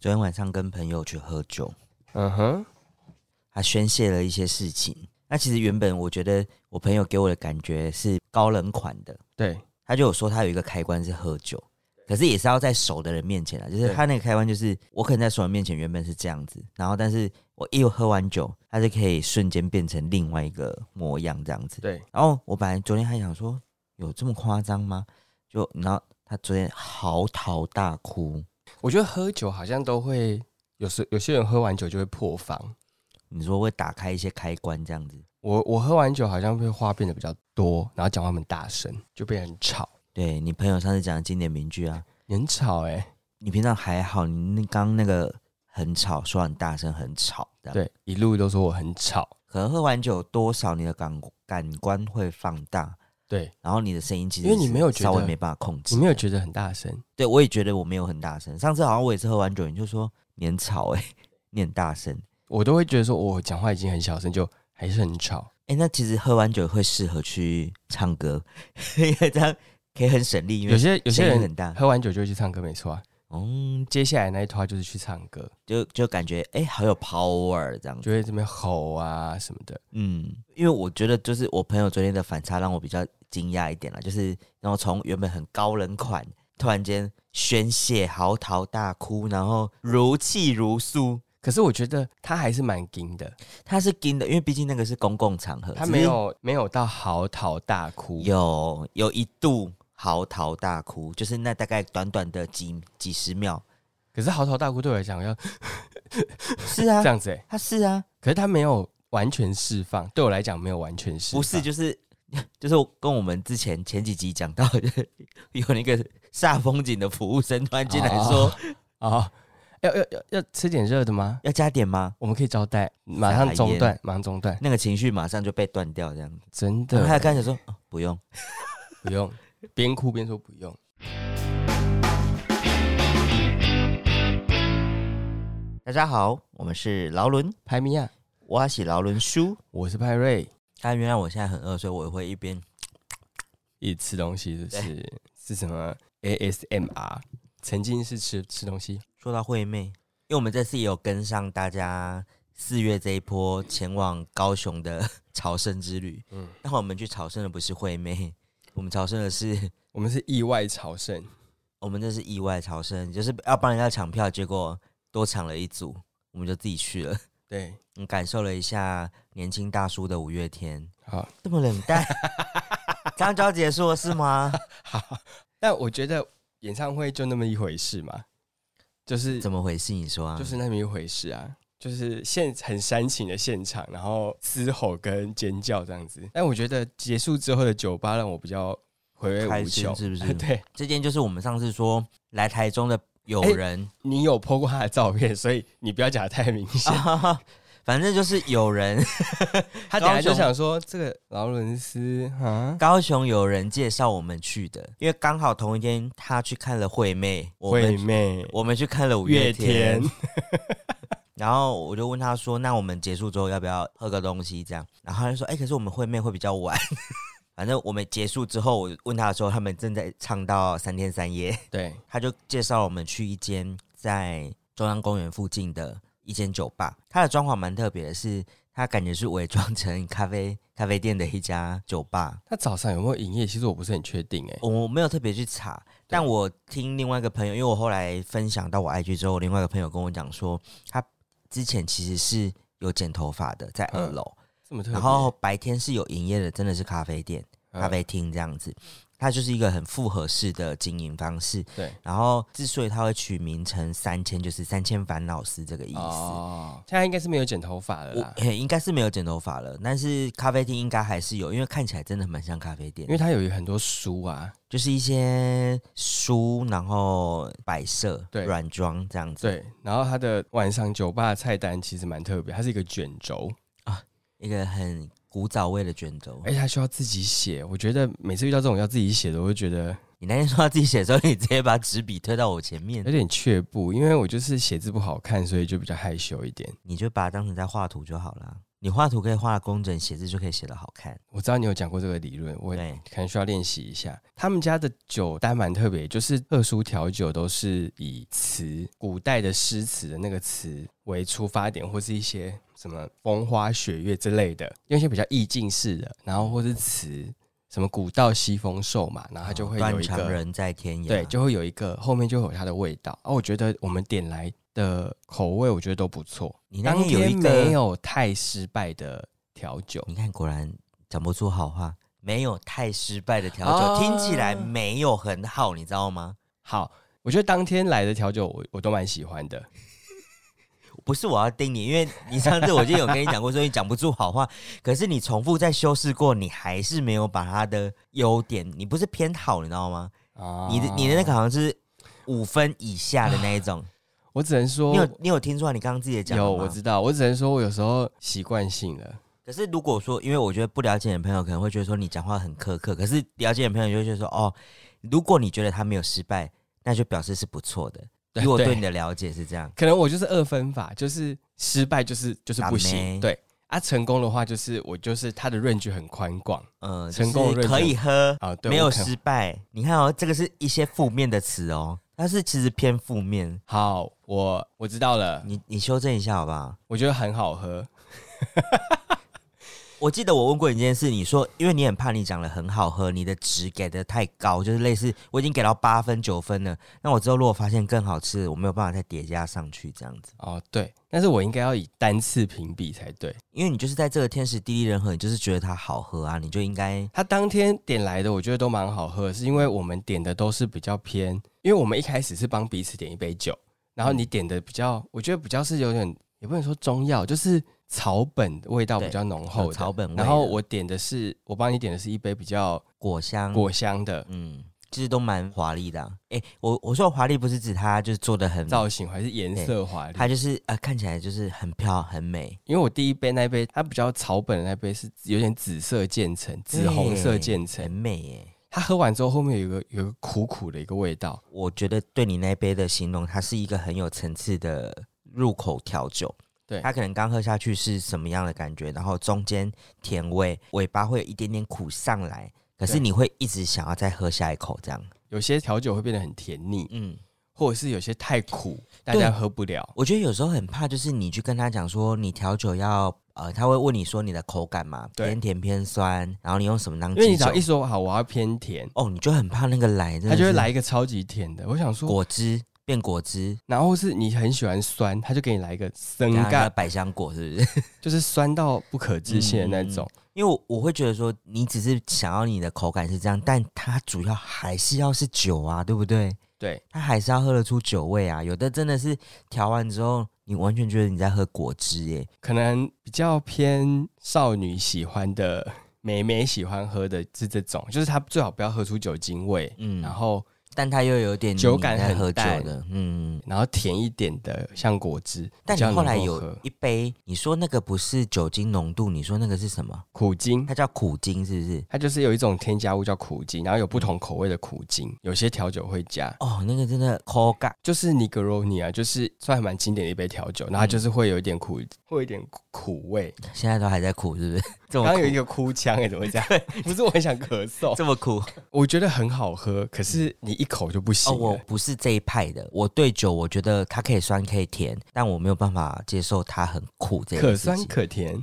昨天晚上跟朋友去喝酒，嗯哼，他宣泄了一些事情。那其实原本我觉得我朋友给我的感觉是高冷款的，对，他就有说他有一个开关是喝酒，可是也是要在熟的人面前啊，就是对他那个开关就是我可能在熟人面前原本是这样子，然后但是我一喝完酒，他就可以瞬间变成另外一个模样这样子。对，然后我本来昨天还想说有这么夸张吗？就然后他昨天嚎啕大哭，我觉得喝酒好像都会，有时有些人喝完酒就会破防。你说会打开一些开关这样子，我我喝完酒好像会话变得比较多，然后讲话很大声，就变得很吵，对你朋友上次讲的经典名句啊，你很吵哎、欸。你平常还好，你那刚那个很吵，说很大声，很吵，这样。对，一路都说我很吵。可能喝完酒多少你的感感官会放大，对，然后你的声音其实因为你没有是觉得稍微没办法控制你。没有觉得很大声？对，我也觉得我没有很大声。上次好像我也是喝完酒，你就说你很吵哎、欸，你很大声我都会觉得说我讲话已经很小声，就还是很吵。哎、那其实喝完酒会适合去唱歌，因为这样可以很省力，因有为些有些声音人很大。喝完酒就会去唱歌，没错啊。嗯，接下来那一趴就是去唱歌，就就感觉哎、好有 power 这样子。就会这边吼啊什么的。嗯，因为我觉得就是我朋友昨天的反差让我比较惊讶一点啦，就是然后从原本很高冷款，突然间宣泄、嚎啕大哭，然后如泣如诉。可是我觉得他还是蛮硬的，他是盯的，因为毕竟那个是公共场合，他只是没有没有到嚎啕大哭。有有一度嚎啕大哭，就是那大概短短的几几十 秒，可是嚎啕大哭对我来讲要是啊这，样子、欸，他是啊，可是他没有完全释放，对我来讲没有完全释放。不是就是。就是我跟我们之前前几集讲到，就是 有那个煞风景的服务生突然进来说、哦，要要要要吃点热的吗？要加点吗？我们可以招待，马上中啊断，马上中断，那个情绪马上就被断掉，这样子。真然后他的刚才说、哦、不用，不用，边哭边说不用。大家好，我们是劳伦，拍米亚，我是劳伦叔。我是派瑞，他原来我现在很饿，所以我也会一边一起吃东西就是是什么 ASMR？曾经是吃吃东西，说到惠妹，因为我们这次也有跟上大家四月这一波前往高雄的 朝圣之旅。嗯嗯，但我们去朝圣的不是惠妹，我们朝圣的是我们是意外朝圣，我们这是意外朝圣，就是要帮人家抢票，结果多抢了一组，我们就自己去了。对，你感受了一下年轻大叔的五月天，好， 这么冷淡，这样就要结束了是吗？好，但我觉得演唱会就那么一回事嘛，就是怎么回事？你说啊？就是那么一回事啊，就是现很煽情的现场，然后嘶吼跟尖叫这样子。但我觉得结束之后的酒吧让我比较回味开无心穷，是不是？ 对这件就是我们上次说来台中的友人，你有 PO 过他的照片，所以你不要讲得太明显。啊、反正就是友人，他等下高就雄想说这个劳伦斯啊，高雄友人介绍我们去的，因为刚好同一天他去看了惠妹，我惠们妹、我们去看了五月天天，然后我就问他说：“那我们结束之后要不要喝个东西？”这样，然后他就说：“哎、可是我们会面会比较晚。” 反正我们结束之后，我问他的时候，他们正在唱到三天三夜，对，他就介绍我们去一间在中央公园附近的一间酒吧。它的装潢蛮特别的是，它感觉是伪装成咖啡 咖啡店的一家酒吧。他早上有没有营业？其实我不是很确定哎、我没有特别去查，但我听另外一个朋友，因为我后来分享到我 IG 之后，我另外一个朋友跟我讲说，他之前其实是有剪头发的，在二楼，这么特别。然后白天是有营业的，真的是咖啡店、咖嗯啡厅这样子。它就是一个很复合式的经营方式，嗯对。然后之所以他会取名成三千，就是三千烦恼丝这个意思。哦，现在应该是没有剪头发了我啦，嘿应该是没有剪头发了，但是咖啡厅应该还是有，因为看起来真的蛮像咖啡店因，为他有很多书啊，就是一些书，然后摆设、对软装这样子，对，然后它的晚上酒吧的菜单其实蛮特别，它是一个卷轴，一个很古早味的卷轴。而且哎它需要自己写。我觉得每次遇到这种要自己写的，我就觉得你那天说要自己写的时候，你直接把纸笔推到我前面有，点却步，因为我就是写字不好看，所以就比较害羞一点。你就把它当成在画图就好了。你你画图可以画的工整，写字就可以写的好看。我知道你有讲过这个理论，我对，可能需要练习一下。他们家的酒单蛮特别，就是特殊调酒都是以词，古代的诗词的那个词为出发点，或是一些什么风花雪月之类的，用一些比较意境式的，然后或是词，什么古道西风瘦嘛，然后它就会有断一肠个，人在天涯，对，就会有一个后面就会有它的味道。啊，我觉得我们点来的口味，我觉得都不错。你那当天有天一个没有太失败的调酒。你看，果然讲不出好话，没有太失败的调酒，啊听起来没有很好，你知道吗？好，我觉得当天来的调酒我我都蛮喜欢的。不是我要盯你，因为你上次我就有跟你讲过，说你讲不出好话，可是你重复再修饰过，你还是没有把它的优点，你不是偏好，你知道吗？啊你的你的那个，好像是五分以下的那一种，我只能说你有你有听出来你刚刚自己的讲的哦有吗我知道，我只能说我有时候习惯性了。可是如果说，因为我觉得不了解你的朋友可能会觉得说你讲话很苛刻，可是了解你的朋友就会觉得说，哦，如果你觉得他没有失败，那就表示是不错的。对以我对对你的了解是这样，可能我就是二分法，就是失败就是就是不打妹行，对啊，成功的话就是我就是它的 range 很宽广嗯，成功就是认可以喝，啊，对，没有我可能失败。你看哦，这个是一些负面的词哦，但是其实偏负面。好，我我知道了，你你修正一下好不好？我觉得很好喝，我记得我问过你一件事，你说因为你很怕你讲的很好喝，你的值给的太高，就是类似我已经给到八分九分了，那我之后如果发现更好吃，我没有办法再叠加上去这样子。哦，对，但是我应该要以单次评比才对。因为你就是在这个天时地利人和，你就是觉得它好喝啊，你就应该他当天点来的，我觉得都蛮好喝，是因为我们点的都是比较偏，因为我们一开始是帮彼此点一杯酒，然后你点的比较，我觉得比较是有点，也不能说中药，就是草本味道比较浓厚对有的草本味的然后我点的是，我帮你点的是一杯比较果香，果香的嗯，其实都蛮华丽的、啊。哎、我我说华丽不是指它就是做的很，造型，还是颜色华丽它。就是呃看起来就是很漂很美，因为我第一杯那一杯，它比较草本的那杯是有点紫色渐层、紫红嗯色渐很层，美耶。它喝完之后后面有一个有一个苦苦的一个味道，我觉得对你那杯的形容，它是一个很有层次的入口调酒。对它可能刚喝下去是什么样的感觉，然后中间甜味，尾巴会有一点点苦上来，可是对你会一直想要再喝下一口这样。有些调酒会变得很甜腻。嗯，或者是有些太苦，大对家喝不了。我觉得有时候很怕，就是你去跟他讲说你调酒要呃，他会问你说你的口感嘛，对偏甜偏酸，然后你用什么当因为你基只酒要一？说好我要偏甜，哦，你就很怕那个来，真它的就会是来一个超级甜的。我想说，果汁变果汁，然后是你很喜欢酸，它就给你来一个生加那个干，百香果是 不是？就是酸到不可置信的那种。因为我我会觉得说，你只是想要你的口感是这样，但它主要还是要是酒啊，对不对？对，它还是要喝得出酒味啊。有的真的是调完之后，你完全觉得你在喝果汁耶、可能比较偏少女喜欢的、美眉喜欢喝的是这种，就是它最好不要喝出酒精味，嗯，然后但它又有点酒你感在很喝酒淡的，嗯。然后甜一点的，像果汁。但比你较后来能够有喝一杯，你说那个不是酒精浓度，你说那个是什么？苦精，它叫苦精，是不是？它就是有一种添加物叫苦精，然后有不同口味的苦精，有些调酒会加。哦，那个真的口感，就是尼格罗尼啊，就是算还蛮经典的一杯调酒，然嗯后它就是会有一点苦，会有一点苦苦味。现在都还在苦，是不 是？这么刚苦刚有一个哭腔哎、怎么会这样？ 不是我很想咳嗽，这么苦我觉得很好喝，可是你一口就不行欸哦！了。我不是这一派的，我对酒我觉得它可以酸可以甜，但我没有办法接受它很苦这可件事酸情。可甜，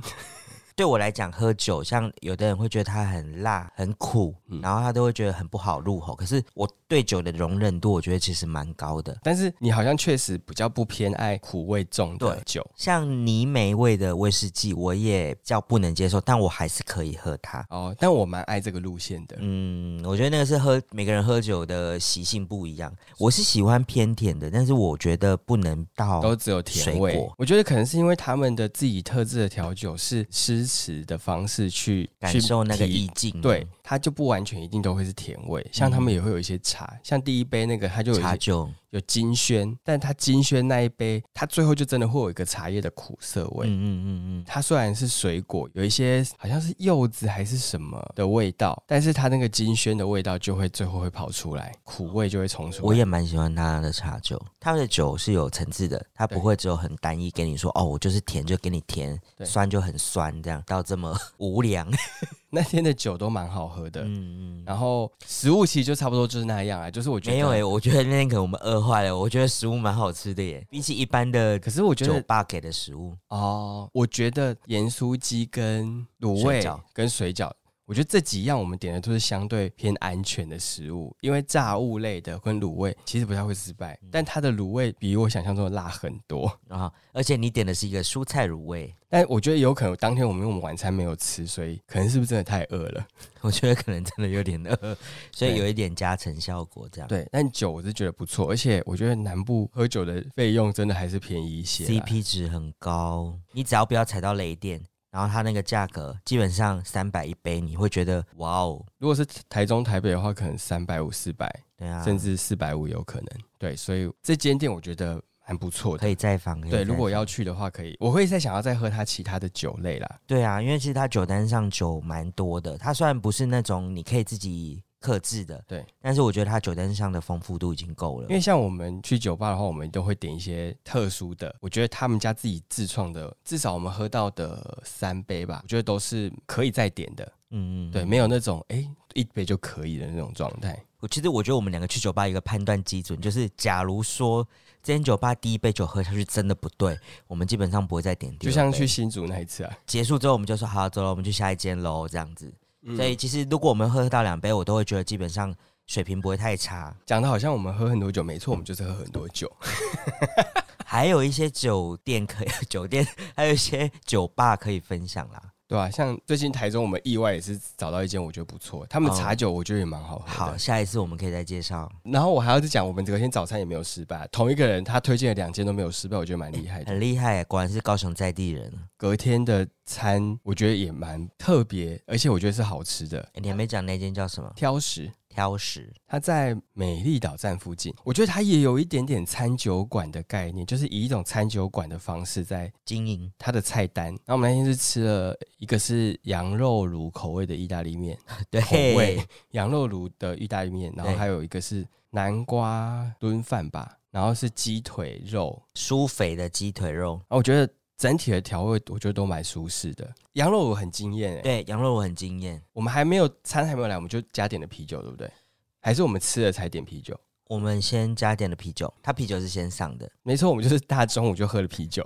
对我来讲，喝酒像有的人会觉得它很辣、很苦，嗯然后他都会觉得很不好入口。可是我对酒的容忍度，我觉得其实蛮高的。但是你好像确实比较不偏爱苦味重的对酒像泥煤味的威士忌，我也比较不能接受，但我还是可以喝它。哦，但我蛮爱这个路线的。嗯，我觉得那个是喝每个人喝酒的习性不一样。我是喜欢偏甜的，但是我觉得不能都到只有甜水味果，我觉得可能是因为他们的自己特制的调酒是诗词的方式去感受那个去体意境。对，它就不完全一定都会是甜味，像他们也会有一些茶，像第一杯那个它就有一嗯茶些酒，有金萱，但它金萱那一杯，它最后就真的会有一个茶叶的苦涩嗯味。嗯嗯嗯，它虽然是水果，有一些好像是柚子还是什么的味道，但是它那个金萱的味道就会最后会跑出来，苦味就会冲出来。我也蛮喜欢他的茶酒，他们的酒是有层次的，它对不会只有很单一，给你说哦，我就是甜就给你甜，对酸就很酸，这样到这么无良。那天的酒都蛮好喝的，嗯嗯。然后食物其实就差不多就是那样啊，就是我觉得没有欸诶、我觉得那天可能我们饿坏了。我觉得食物蛮好吃的耶，比起一般的可是我觉酒得吧给的食物，哦，我觉得盐酥鸡跟卤水味饺跟水饺，我觉得这几样我们点的都是相对偏安全的食物，因为炸物类的跟卤味其实不太会失败，嗯但它的卤味比我想象中的辣很多。然后啊而且你点的是一个蔬菜卤味，但我觉得有可能当天我们因为我们晚餐没有吃，所以可能是不是真的太饿了？我觉得可能真的有点饿，所以对有一点加成效果这样。对，但酒我是觉得不错，而且我觉得南部喝酒的费用真的还是便宜一些啦。 CP 值很高，你只要不要踩到雷电，然后它那个价格基本上三百一杯，你会觉得哇哦，如果是台中、台北的话，可能三百五、四百，对啊，甚至四百五有可能。对，所以这间店我觉得蛮不错的。可以再访。可以对，再如果访要去的话，可以，我会再想要再喝它其他的酒类啦。对啊，因为其实它酒单上酒蛮多的，它虽然不是那种你可以自己克制的，对，但是我觉得它酒单上的丰富度已经够了因。为像我们去酒吧的话，我们都会点一些特殊的。我觉得他们家自己自创的，至少我们喝到的三杯吧，我觉得都是可以再点的。嗯嗯，对，没有那种哎、一杯就可以的那种状态。我其实我觉得我们两个去酒吧有一个判断基准就是，假如说这间酒吧第一杯酒喝下去真的不对，我们基本上不会再点第就二像杯去新竹那一次啊，结束之后，我们就说好，走了，我们去下一间喽，这样子。嗯所以其实如果我们喝到两杯，我都会觉得基本上水平不会太差。讲的好像我们喝很多酒，没错，我们就是喝很多酒。还有一些酒店可以， 酒店还有一些酒吧可以分享啦。对啊，像最近台中，我们意外也是找到一间我觉得不错，他们哦茶酒我觉得也蛮好喝的。好，下一次我们可以再介绍。然后我还要再讲，我们隔天早餐也没有失败，同一个人他推荐了两间都没有失败，我觉得蛮厉害的。很厉害，果然是高雄在地人。隔天的餐我觉得也蛮特别，而且我觉得是好吃的。哎诶你还没讲那间叫什么？挑食，挑食。它在美丽岛站附近，我觉得它也有一点点餐酒馆的概念，就是以一种餐酒馆的方式在经营它的菜单。然后我们那天是吃了一个是羊肉炉口味的意大利 面，对口味，羊肉炉的意大利面，然后对还有一个是南瓜炖饭吧，然后是鸡腿肉酥肥的鸡腿肉，啊，我觉得整体的调味，我觉得都蛮舒适的。羊肉我很惊艳哎，对羊肉我很惊艳。我们还没有餐还没有来，我们就加点了啤酒，对不对？还是我们吃了才点啤酒？我们先加点了啤酒，它啤酒是先上的，没错，我们就是大中午就喝了啤酒。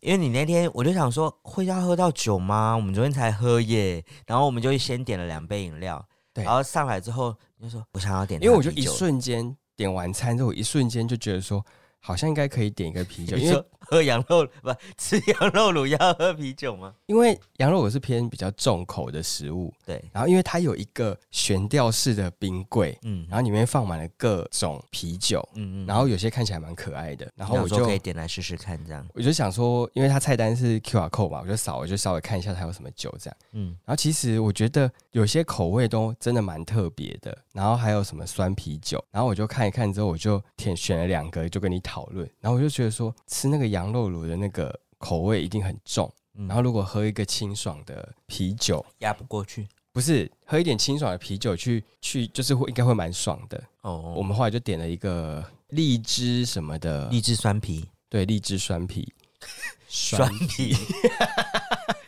因为你那天我就想说会要喝到酒吗？我们昨天才喝耶，然后我们就先点了两杯饮料，对然后上来之后你就说我想要点，因为我就一，瞬间点完餐之后，我一瞬间就觉得说，好像应该可以点一个啤酒，你因为说喝羊肉不 吃羊肉卤要喝啤酒吗？因为羊肉我是偏比较重口的食物，对，然后因为它有一个悬吊式的冰柜，嗯然后里面放满了各种啤酒，嗯然后有些看起来蛮可爱的，然后想我说就可以点来试试看这样，我就想说，因为它菜单是 QR code 嘛，我就扫，我就稍微看一下它有什么酒这样。嗯，然后其实我觉得有些口味都真的蛮特别的，然后还有什么酸啤酒，然后我就看一看之后，我就填选了两个，就跟你讨论。然后我就觉得说，吃那个羊肉炉的那个口味一定很重，嗯然后如果喝一个清爽的啤酒，压不过去不是喝一点清爽的啤酒去去，就是会应该会蛮爽的。我哦，们后来就点了一个荔枝什么的，荔枝酸啤，对，荔枝酸啤， 酸啤，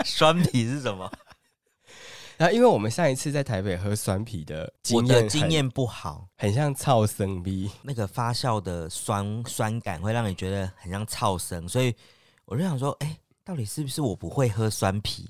酸啤是什么？然后，因为我们上一次在台北喝酸啤的我经验很，的经验不好，很像操生逼，那个发酵的酸酸感会让你觉得很像噪声，所以我就想说，哎、到底是不是我不会喝酸啤？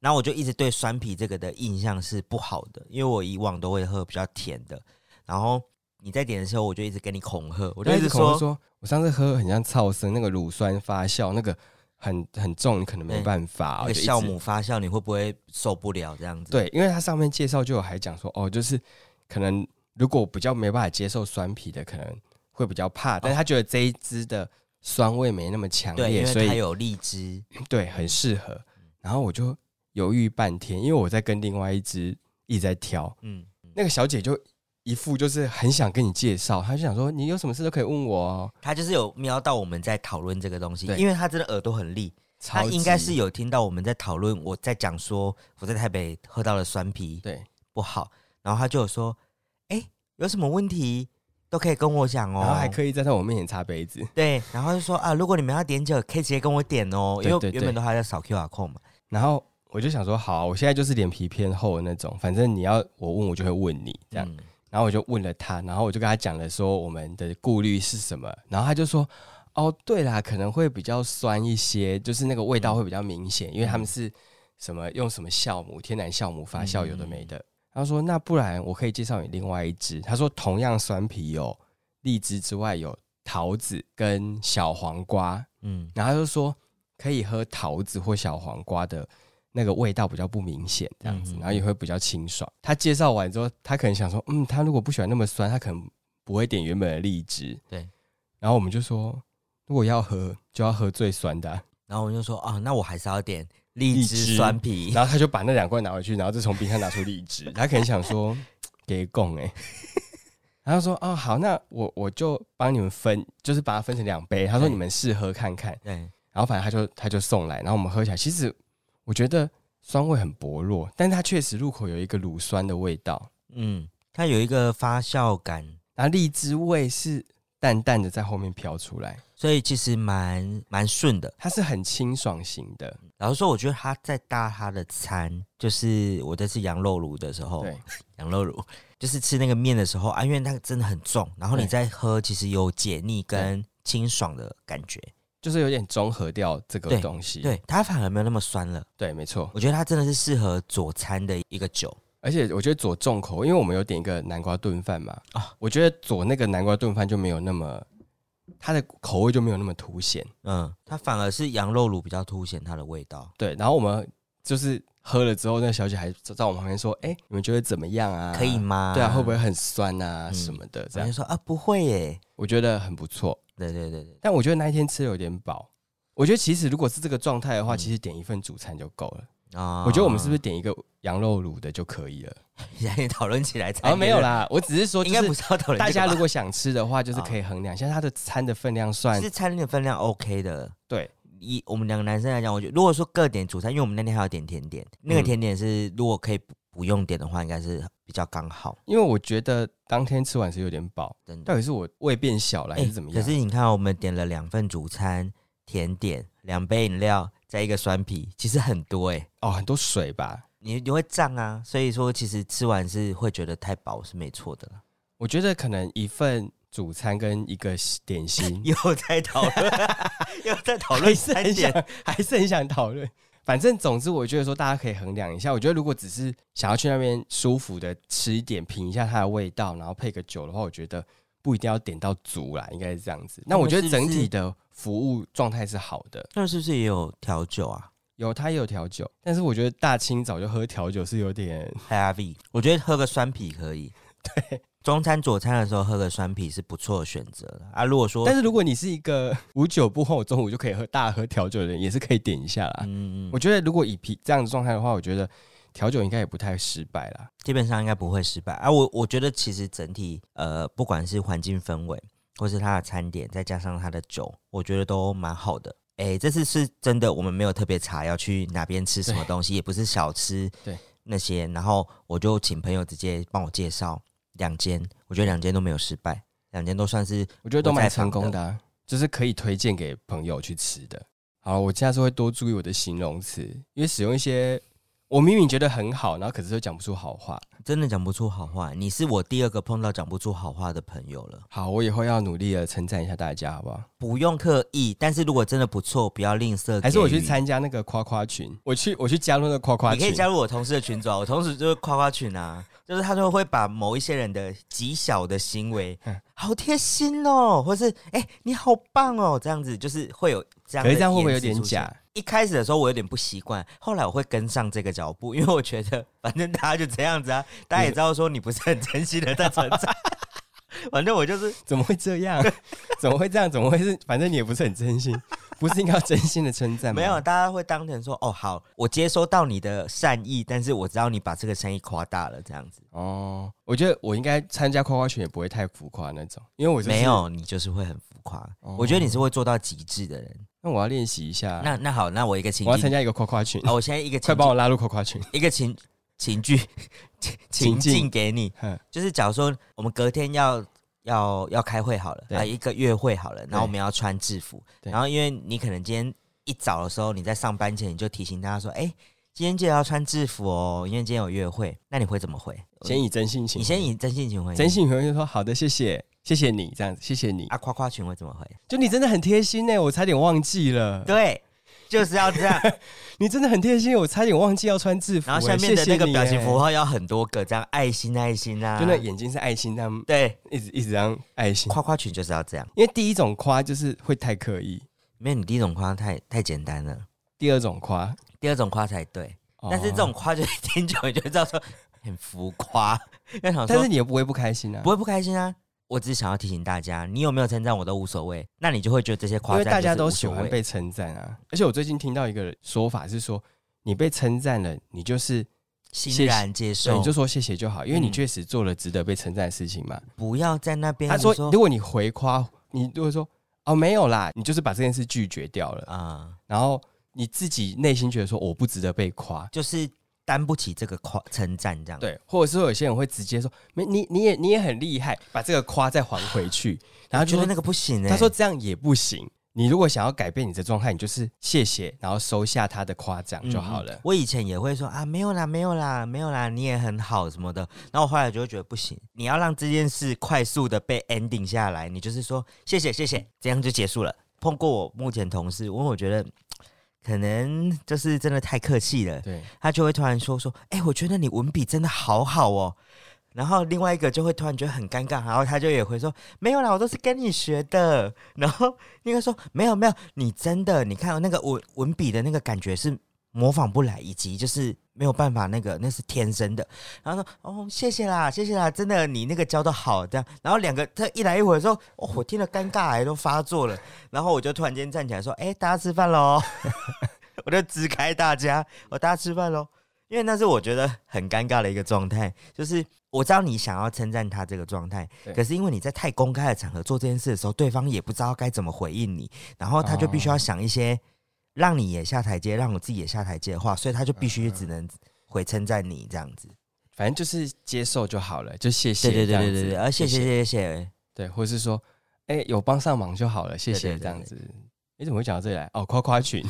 然后我就一直对酸啤这个的印象是不好的，因为我以往都会喝比较甜的。然后你在点的时候，我就一直跟你恐吓，我我就一直口说，味说，我上次喝很像操生，那个乳酸发酵那个很很重，你可能没对办法、嗯那个我啊就一直酵母发酵你会不会受不了这样子？，对，因为它上面介绍就有还讲说，哦，就是可能如果比较没办法接受酸啤的，可能会比较怕，但是他觉得这一支的酸味没那么强哦对，因烈，所为它以有荔枝，对很适合。然后我就犹豫半天，因为我在跟另外一支一直在挑。嗯，那个小姐就一副就是很想跟你介绍，她就想说你有什么事都可以问我哦。他就是有瞄到我们在讨论这个东西，对因为他真的耳朵很利，他超级应该是有听到我们在讨论，我在讲说我在台北喝到了酸啤对，不好，然后他就有说，哎、有什么问题都可以跟我讲哦，然后还刻以。意站在我面前擦杯子。对，然后就说啊，如果你们要点酒，可以直接跟我点哦，因对为对对原本都还在扫 QR code 嘛。然后我就想说，好啊、我现在就是脸皮偏厚的那种，反正你要我问，我就会问你这样。嗯然后我就问了他，然后我就跟他讲了说我们的顾虑是什么，然后他就说。哦，对啦，可能会比较酸一些，就是那个味道会比较明显，因为他们是什么用什么酵母，天然酵母发酵，有的没的。他说那不然我可以介绍你另外一支，他说同样酸皮有荔枝之外有桃子跟小黄瓜，嗯然后他就说可以喝桃子或小黄瓜的那个味道比较不明显，这样子，嗯嗯嗯然后也会比较清爽。他介绍完之后，他可能想说，嗯，他如果不喜欢那么酸，他可能不会点原本的荔枝。对，然后我们就说，如果要喝，就要喝最酸 的啊、然后我就说啊，那我还是要点荔荔枝枝酸啤。然后他就把那两罐拿回去，然后就从冰箱拿出荔 枝。他可能想说，给供哎。然后说哦好，那我我就帮你们分，就是把它分成两杯。他说对你们试喝看看，对，然后反正他就他就送来，然后我们喝起来，其实我觉得酸味很薄弱，但它确实入口有一个乳酸的味道，嗯，它有一个发酵感，然后荔枝味是淡淡的在后面飘出来，所以其实蛮蛮顺的。它是很清爽型的，老实说，我觉得他在搭他的餐，就是我在吃羊肉炉的时候，对，羊肉炉就是吃那个面的时候啊，因为它真的很重，然后你对在喝，其实有解腻跟清爽的感觉。就是有点中和掉这个对东西，对，它反而没有那么酸了。对没错，我觉得它真的是适合佐餐的一个酒。而且我觉得佐重口，因为我们有点一个南瓜炖饭嘛，啊我觉得佐那个南瓜炖饭就没有那么。它的口味就没有那么凸显，嗯，它反而是羊肉炉比较凸显它的味道。对。然后我们就是喝了之后，那小姐还在我们旁边说：“哎、你们觉得怎么样啊？可以吗？对啊，会不会很酸啊嗯什么的？这人样家说啊，不会耶。我觉得很不错，对对对对，但我觉得那一天吃的有点饱。我觉得其实如果是这个状态的话，嗯其实点一份主餐就够了。啊我觉得我们是不是点一个羊肉卤的就可以了？哦 现在讨论起来才啊，没有觉啦，我只是说得，就哎应该不是是啊要讨论大这个家吧如果想吃的话，就是可以衡量，像它的餐的分量算其实餐厅的分量 OK 的。对，以我们两个男生来讲，我觉得如果说各点主餐，因为我们那天还要点甜点，那个嗯甜点是如果可以不不用点的话，应该是比较刚好。因为我觉得当天吃完是有点饱，真的到，底是我胃变小了还是怎么哎可样？是你看，我们点了两份主餐、甜点、两杯饮料，再一个酸啤，其实很多哎、哦，很多水吧。你你会胀啊，所以说其实吃完是会觉得太饱是没错的啦。 我觉得可能一份主餐跟一个点心又在讨论，又在讨还论是餐很点，想，还是很想讨论。反正总之，我觉得说大家可以衡量一下。我觉得如果只是想要去那边舒服的吃一点，品一下它的味道，然后配个酒的话，我觉得不一定要点到足啦，应该是这样子。那我觉得整体的服务状态是好的， 那是不是也有调酒啊？有它也有调酒，但是我觉得大清早就喝调酒是有点 heavy，我觉得喝个酸啤可 以。对，中餐佐餐的时候喝个酸啤是不错的选择的啊。如果说，但是如果你是一个无酒不欢，我中午就可以喝大喝调酒的人，也是可以点一下啦。嗯，我我觉得如果以皮这样的状态的话，我觉得调酒应该也不太失败啦。基本上应该不会失败啊。我我觉得其实整体呃，不管是环境氛围，或是它的餐点，再加上它的酒，我觉得都蛮好的。哎、这次是真的，我们没有特别查要去哪边吃什么东西，也不是小吃，对那些。然后我就请朋友直接帮我介绍两间，我觉得两间都没有失败，两间都算是我觉得都蛮我在成场功的、啊，就是可以推荐给朋友去吃的。好，我下次会多注意我的形容词，因为使用一些我明明觉得很好，然后可是又讲不出好话。真的讲不出好话，你是我第二个碰到讲不出好话的朋友了。好，我以后要努力的称赞一下大家，好不好？不用刻意，但是如果真的不错，不要吝啬。还是我去，参加那个夸夸群，我去我去加入那个夸夸你可群以，加入我同事的群组啊。我同事就是夸夸群啊，就是他就会把某一些人的极小的行为嗯，好贴心哦，或是哎、你好棒哦，这样子就是会有这样。可是这样会不会有点假？？一开始的时候我有点不习惯，后来我会跟上这个脚步，因为我觉得反正大家就这样子啊，大家也知道说你不是很真心的在 成长，反正我就是怎么会这样？怎么会这样？怎么会是？反正你也不是很真心。不是应该要真心的称赞吗？没有，大家会当成说哦，好，我接收到你的善意，但是我知道你把这个善意夸大了，这样子哦，我觉得我应该参加夸夸群也不会太浮夸那种，因为我、就是、没。有，你就是会很浮夸。哦我觉得你是会做到极致的人。那我要练习一下，那那好，那我一个情我要境，参加一个夸夸群，哦，我现在一个 快情把境，我拉入夸夸群。一个情情 剧情情境境给你，哼就是假如说我们隔天要要要开会好了，对啊，一个月会好了，然后我们要穿制服，对然后因为你可能今天一早的时候你在上班前你就提醒大家说，哎、今天记得要穿制服哦，因为今天有约会。那你会怎么回？ 先以真性情，你先以真性情回应，真性情就说好的，谢谢，谢谢你这样子，谢谢你，啊，夸夸群会怎么回？就你真的很贴心呢、欸我差点忘记了，对，就是要这 样。你真的很贴心，我差点忘记要穿制服、欸。然后下面的那个表情符号，号要很多个，这样爱心爱心啊，欸就那眼睛是爱心，但对，一直一直这样爱心。夸夸群就是要这样。因为第一种夸就是会太刻意，没有你第一种夸太太简单了，第二种夸，第二种夸才对。哦但是这种，夸就是听久了就知道说很浮夸， 要想哦但说是你也不会不开心啊，不会不开心啊。我只是想要提醒大家，你有没有称赞我都无所谓，那你就会觉得这些因夸为赞大家就是都无喜所欢谓被称赞啊。而且我最近听到一个说法是说，你被称赞了，你就是谢欣谢然接对，受，你就说谢谢就好，因为你哦嗯确实做了值得被称赞的事情嘛。不要在那边他说说，如果你回夸，你如果说哦没有啦，你就是把这件事拒绝掉了，啊、然后你自己内心觉得说我不值得被夸，就是担不起这个夸称赞这样。，对，或者是说有些人会直接说没你你也你也很厉害，把这个夸再还回去，然后就觉说得那个不行哎、他说这样也不行。你如果想要改变你的状态，你就是谢谢，然后收下他的夸奖嗯就好了。我以前也会说啊，没有啦，没有啦，没有啦，你也很好什么的。然后我后来就会觉得不行，你要让这件事快速的被 ending 下来，你就是说谢谢谢谢，这样就结束了。碰过我目前同事，因为我觉得可能就是真的太客气了，对，他就会突然说说，哎、我觉得你文笔真的好好哦。然后另外一个就会突然觉得很尴尬，然后他就也会说没有啦，我都是跟你学的。然后那个说没有没有，你真的，你看那个文文笔的那个感觉是模仿不来，以及就是没有办法那个那是天生的。然后说哦谢谢啦谢谢啦，真的你那个教的好这样。然后两个他一来一回说哦我听了尴尬癌都发作了，然后我就突然间站起来说哎、大家吃饭喽， 我就支开大家，我大家吃饭喽。因为那是我觉得很尴尬的一个状态，就是我知道你想要称赞他这个状态，对可是因为你在太公开的场合做这件事的时候，对方也不知道该怎么回应你，然后他就必须要想一些让你也下台阶，让我自己也下台阶的话，所以他就必须只能回称赞你这样子。反正就是接受就好了，就谢谢对对这样对子。对对对，而谢谢谢谢谢，对，或者是说，哎、有帮上忙就好了，谢对对谢对这样子。你怎么会讲到这里来？哦，夸夸群，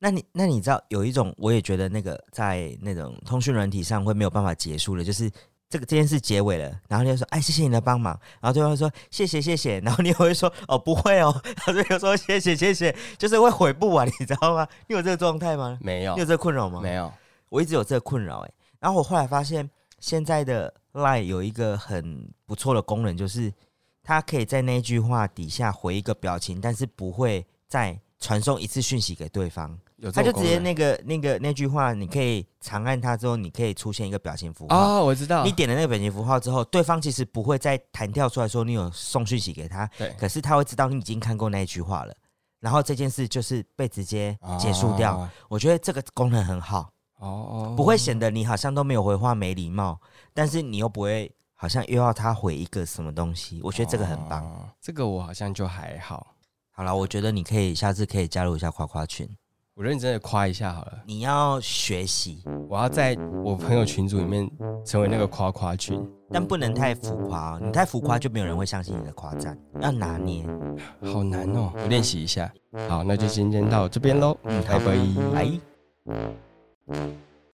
那你那你知道有一种，我也觉得那个在那种通讯软体上会没有办法结束的，就是这个这件事结尾了，然后你就说哎谢谢你的帮忙，然后对方说谢谢谢谢，然后你也会说哦不会哦， 然后对方说谢谢谢谢，就是会回不完，你知道吗？你有这个状态吗？没有你有，这个困扰吗？没有，我一直有这个困扰哎、然后我后来发现，现在的 Line 有一个很不错的功能，就是它可以在那句话底下回一个表情，但是不会再传送一次讯息给对方，有这它就种直接功能那个那个那句话，你可以长按它之后，你可以出现一个表情符号。哦，我知道，你点了那个表情符号之后，对方其实不会再弹跳出来说你有送讯息给他，对可是他会知道你已经看过那一句话了，然后这件事就是被直接结束掉。哦我觉得这个功能很好。哦，不会显得你好像都没有回话没礼貌，但是你又不会好像又要他回一个什么东西，我我觉得这个很棒。哦这个我好像就还好，好了，我觉得你可以下次可以加入一下夸夸群，我认真的夸一下好了，你要学习，我要在我朋友群组里面成为那个夸夸群，但不能太浮夸、哦，你太浮夸就没有人会相信你的夸赞，要拿捏。好难哦，我练习一下。好，那就今天到这边喽，嗯，好拜拜。拜。